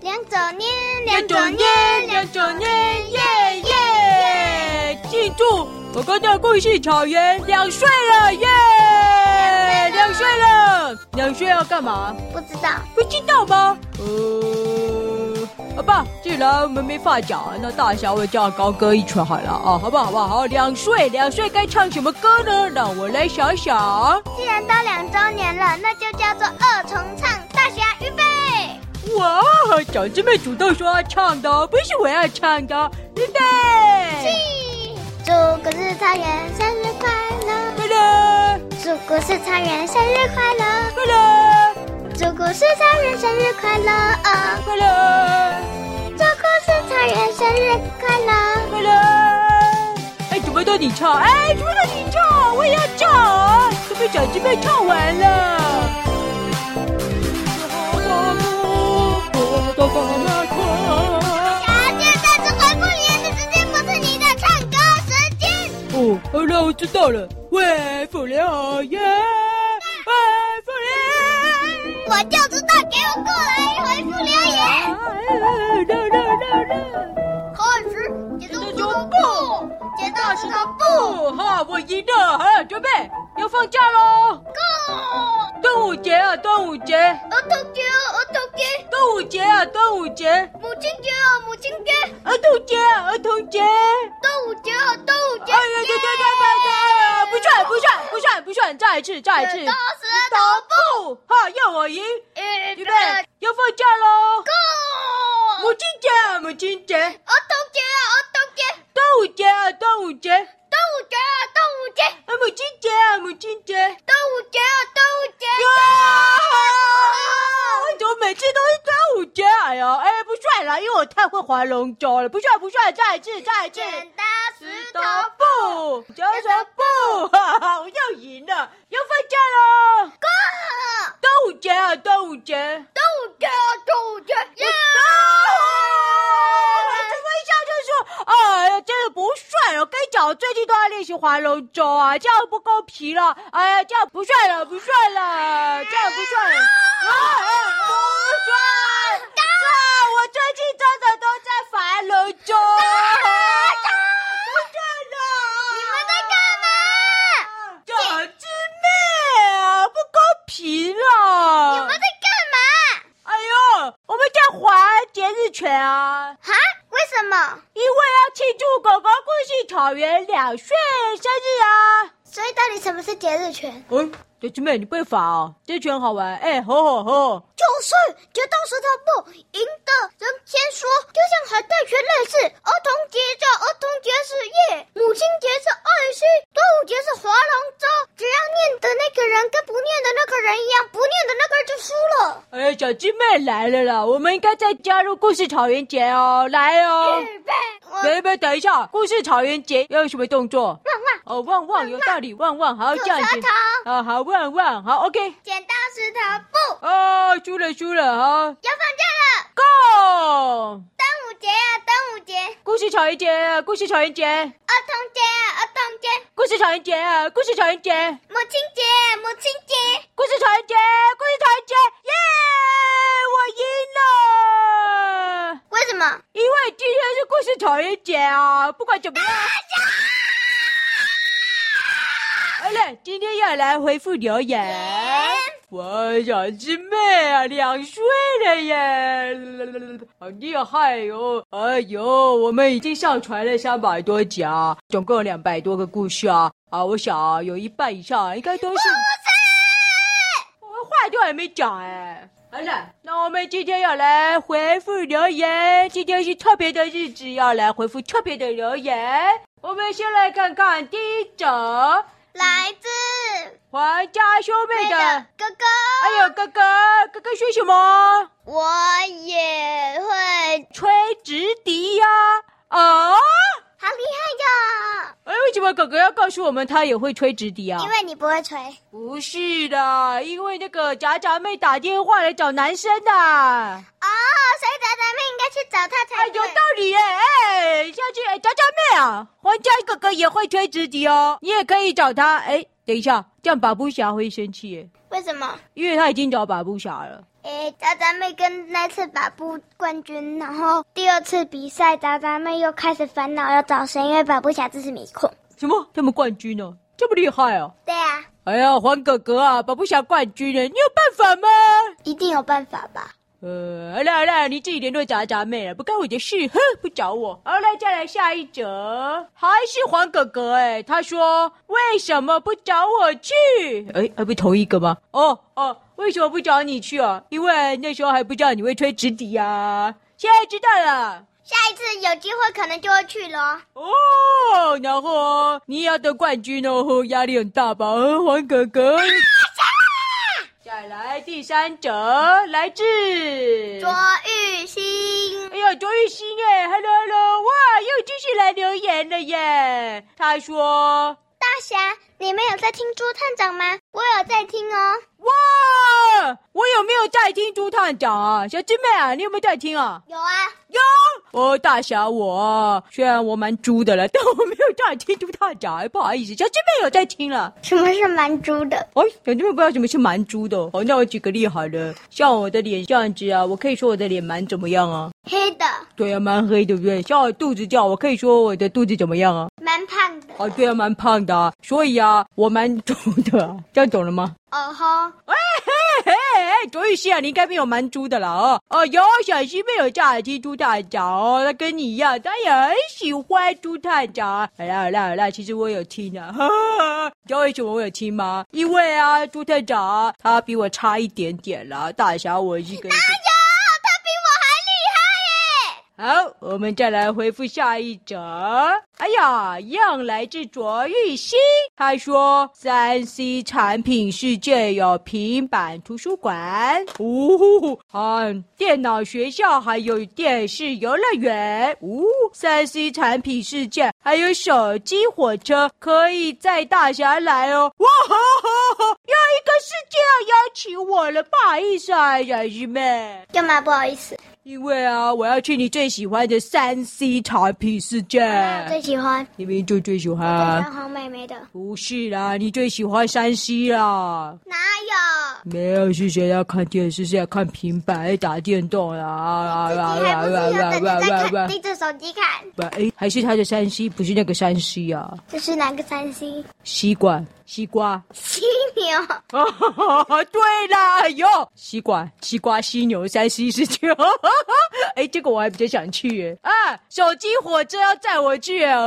两周年，两两周周年，年，两两周年，耶耶！记住，我刚到故事草原两岁了，耶！两岁了，两岁要干嘛？不知道，不知道吗？呃，好吧，既然我们没法讲，那大侠我叫高歌一曲好了啊，好不好？好不好？两岁，两岁该唱什么歌呢？让我来想想。既然都两周年了，那就叫做二重唱。大侠预备，哇，小师妹主动说要唱的哦，不是我要唱的。预备，起！祝故事草原生日快乐，快乐，祝故事草原生日快乐，快乐，祝故事草原生日快乐，哦，快乐，祝故事草原生日快乐。快乐。哎，怎么都你唱？哎，怎么都你唱？我也要唱。都被小师妹唱完了。小姐，但是回复哦言的时间不是你的唱歌时间。哦，好了，我知道了。喂，福联好耶！喂，福联。我就知道，给我过来回复留言。开始，节奏节奏布，节奏石头布，哦哈，我赢了！好了，准备要放假喽！ go！端午节啊，端午节，儿童节，儿童节，端午节啊，端午节，母亲节哦，母亲节，儿童节啊，儿童节。哎端午节哦，端午节哎呀，对对对对对，不算不算不算不算，再一次再一次。节奏石头头布，哈，要我赢！布，预备，要放假喽！ go！母亲节，啊母亲节，儿童节啊，儿童节，端午节啊，端午节，啊，端午节啊，端午节，母亲节啊，母亲节。端午节啊，端午节，哇！为什么每次都是端午节？哎呀，哎，不算了，因为我太会划龙舟了，不算不算，再一次，再一次。剪刀石头布。布，石 头布，哈哈，我要赢了，要放假喽！啊端午节啊，端午节。啊！端午节啊，端午节，耶！我怎么一下就说，哎呀，真的不算了，跟你讲，我最近都在练习划龙舟啊，这样不公平了，哎呀，这样不算了，不算了，这样不算了，啊啊不算，算，我最近真的都在划龙舟，不算了，你们在干嘛？小师妹啊，不公平了！你们在干哎呦，我们在还节日权啊，嘛？哈？为什么？因为要庆祝狗狗故事草原两岁生日啊！所以到底什么是节日权？嗯，小师妹你被罚哦，这拳好玩，哎，吼吼吼！就是决斗石头布，赢的人先说，就像海带拳类似。儿童节叫儿童节是夜，母亲节是爱心，端午节是划龙舟。只要念的那个人跟不念的那个人一样，不念的那个人就输了。哎，小师妹来了啦，我们应该再加入故事草原节哦，来哦！备，我等一等，等一下，故事草原节要有什么动作？旺旺哦，旺旺有道理，旺旺好有这样舌子，头，啊好旺旺好，OK。剪刀石头布，啊，输了输了啊要放假了。 ！Go！端午节呀、端午节，故事草原节，故事草原节，儿童节呀、儿童节。故事草原节，故事草原节，母亲节，母亲节，故事草原节，故事草原节，耶！我赢了，为什么？因为今天是故事草原节啊！不管怎么样，好了，哎今天要来回复留言。我小师妹啊，两岁了耶，哎好厉害哟、哎呦，我们已经上传了三百多集啊，总共有两百多个故事啊！啊，我想啊有一半以上应该都是。我话都还没讲哎。好了，那我们今天要来回复留言。今天是特别的日子，要来回复特别的留言。我们先来看看第一则，来自皇家兄妹贝的。的哥哥。哎呦，哥哥，哥哥说什么？我也会，吹直笛呀、啊？好厉害呀！哎，为什么哥哥要告诉我们他也会吹直笛啊？因为你不会吹，哦不是的，因为那个จ๋จ๋妹打电话来找男生的。哦，所以咱咱们应该去找他才哎，有对。道理耶！哎，下去，哎，佳佳妹啊，皇家哥哥也会吹直笛哦，你也可以找他。哎，等一下，这样把布侠会生气耶，为什么？因为他已经找把布侠了。哎、诶，渣渣妹跟那次把布冠军，然后第二次比赛，渣渣妹又开始烦恼要找谁，因为把布小智是迷控。什么？他们冠军哦，这么厉害哦！对啊，哎呀，黄哥哥啊，保不想冠军呢，你有办法吗？一定有办法吧？呃，好了好了，你自己联络渣渣妹了，啊不干我的事，哼，不找我。好了，再来下一则，还是黄哥哥哎、他说为什么不找我去？哎，还不同一个吗？哦哦，为什么不找你去啊？因为那时候还不知道你会吹直笛啊，现在知道了。下一次有机会可能就会去了。哦，然后哦你也要得冠军哦，压力很大吧？呃黄哥哥。再来第三者，来自卓玉兴，哎呀，卓玉兴耶，Hello Hello，哇，又继续来留言了耶。他说，大侠，你们有在听朱探长吗？我有在听哦。哇，我有没有在听朱探长啊？小师妹啊，你有没有在听啊？有啊，有。哦，大侠我啊，虽然我蛮猪的了，但我没有在听朱探长，哎不好意思，小师妹有在听了。什么是蛮猪的？哎，小弟妹不知道什么是蛮猪的哦。好，那我举个例好了，像我的脸这样子啊，我可以说我的脸蛮怎么样啊？黑的，对啊，蛮黑，对不对？像我肚子这样，我可以说我的肚子怎么样啊？蛮胖的。啊，对啊，蛮胖的、啊，所以啊，我蛮猪的、啊，这样懂了吗？哦吼，嘿嘿，卓玉希啊，你应该没有蛮猪的了哦。哦，有小西没有炸鸡猪大脚哦，他跟你一样，他也很喜欢猪探长啊。好啦好啦好啦，其实我有听啊，哈哈你知道为什么我有听吗？因为啊，猪探长啊他比我差一点点啦，大侠我是有，他比个。我还厉害耶！好，我们再来回复下一则。哎呀，一样来自卓玉欣，他说三 C 产品世界有平板图书馆，哦，和电脑学校，还有电视游乐园，哦，三 C 产品世界还有手机火车，可以载大侠来哦。哇哈哈哈！又一个世界要邀请我了，不好意思啊，小师妹。干嘛不好意思？因为啊，我要去你最喜欢的三 C 产品世界。我最喜欢你明明就最喜欢喜嗯啊，欢黄妹妹的，不是啦，你最喜欢三 C 啦。哪有？没有是谁要看电视，是要看平板、打电动啦啊自啊己还啊不是有啊等着在啊啊看盯着手机看？啊！哎，还是他的三 C，不是那个三 C 啊，这是哪个三星？吸管、西瓜。犀牛，嗯啊， 对啦，哎呦，西瓜、西瓜、犀牛、山西是这样。 哎，这个我还比较想去耶。啊，手机火车要载我去啊！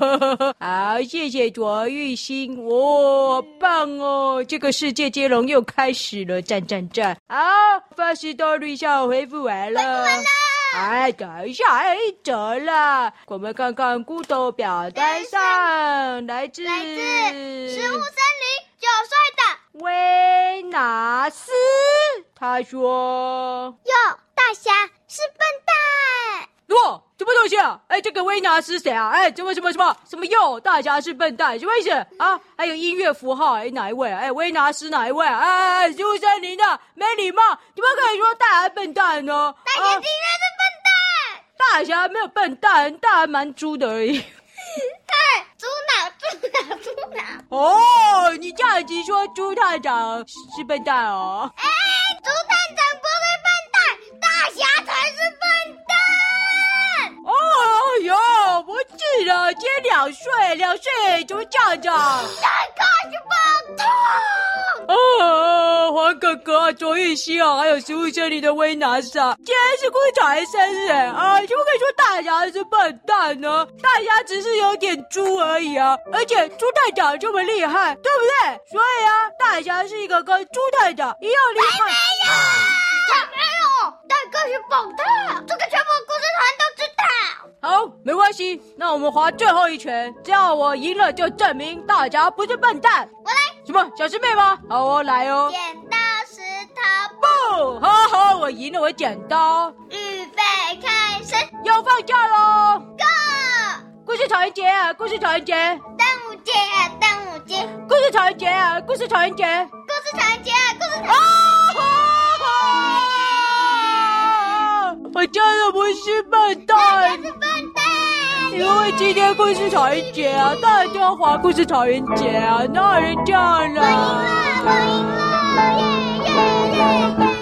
好，谢谢卓玉欣，哇、好棒哦！这个世界接龙又开始了，赞赞赞！好，发十多绿笑回复完了。哎，等一下，还有一折了。我们看看孤斗表单上，来自来自食物森林九岁的威纳斯，他说哟，大侠是笨蛋。：“诺，什么东西啊？哎，这个威纳斯谁啊？哎，什么什么什么什么又大侠是笨蛋，什么意思啊？还有音乐符号，哎，哪一位？哎，威纳斯哪一位？哎哎哎，食物森林的，没礼貌，怎么可以说大侠笨蛋呢？大啊眼睛那是笨蛋，大侠没有笨蛋，大侠蛮猪的而已。”看猪脑猪脑猪脑，哦，你这样子说猪探长是笨蛋哦。哎，猪探长不是笨蛋，大侠才是笨蛋。哦哟，不是了，今天两岁，两岁怎么这样子啊？大哥是棒痛，哦，黄哥哥、卓玉希啊，还有食物森林的威拿斯啊，今天是工厂的生日哎啊，怎么可以说大侠是笨蛋呢？大侠只是有点猪而已啊，而且猪探长这么厉害，对不对？所以啊，大侠是一个跟猪探长一样厉害。哎他没有，大哥是棒痛，这个全国故事团都知道。好，没关系，那我们划最后一拳，只要我赢了，就证明大侠不是笨蛋。我来，什么小师妹吗？好哦，来哦。剪刀石头布，不，好好，我赢了，我剪刀预备开始要放假喽。 ，Go！故事团结啊，故事团结，端午节啊，端午节，故事团结啊，故事团结。故事团结啊，故事团。啊！我真的不是笨大家蛋是，笨蛋。因为今天故事团结啊，大家要划故事团结啊，哪有人这样我赢啦？了，我赢了，耶耶耶耶！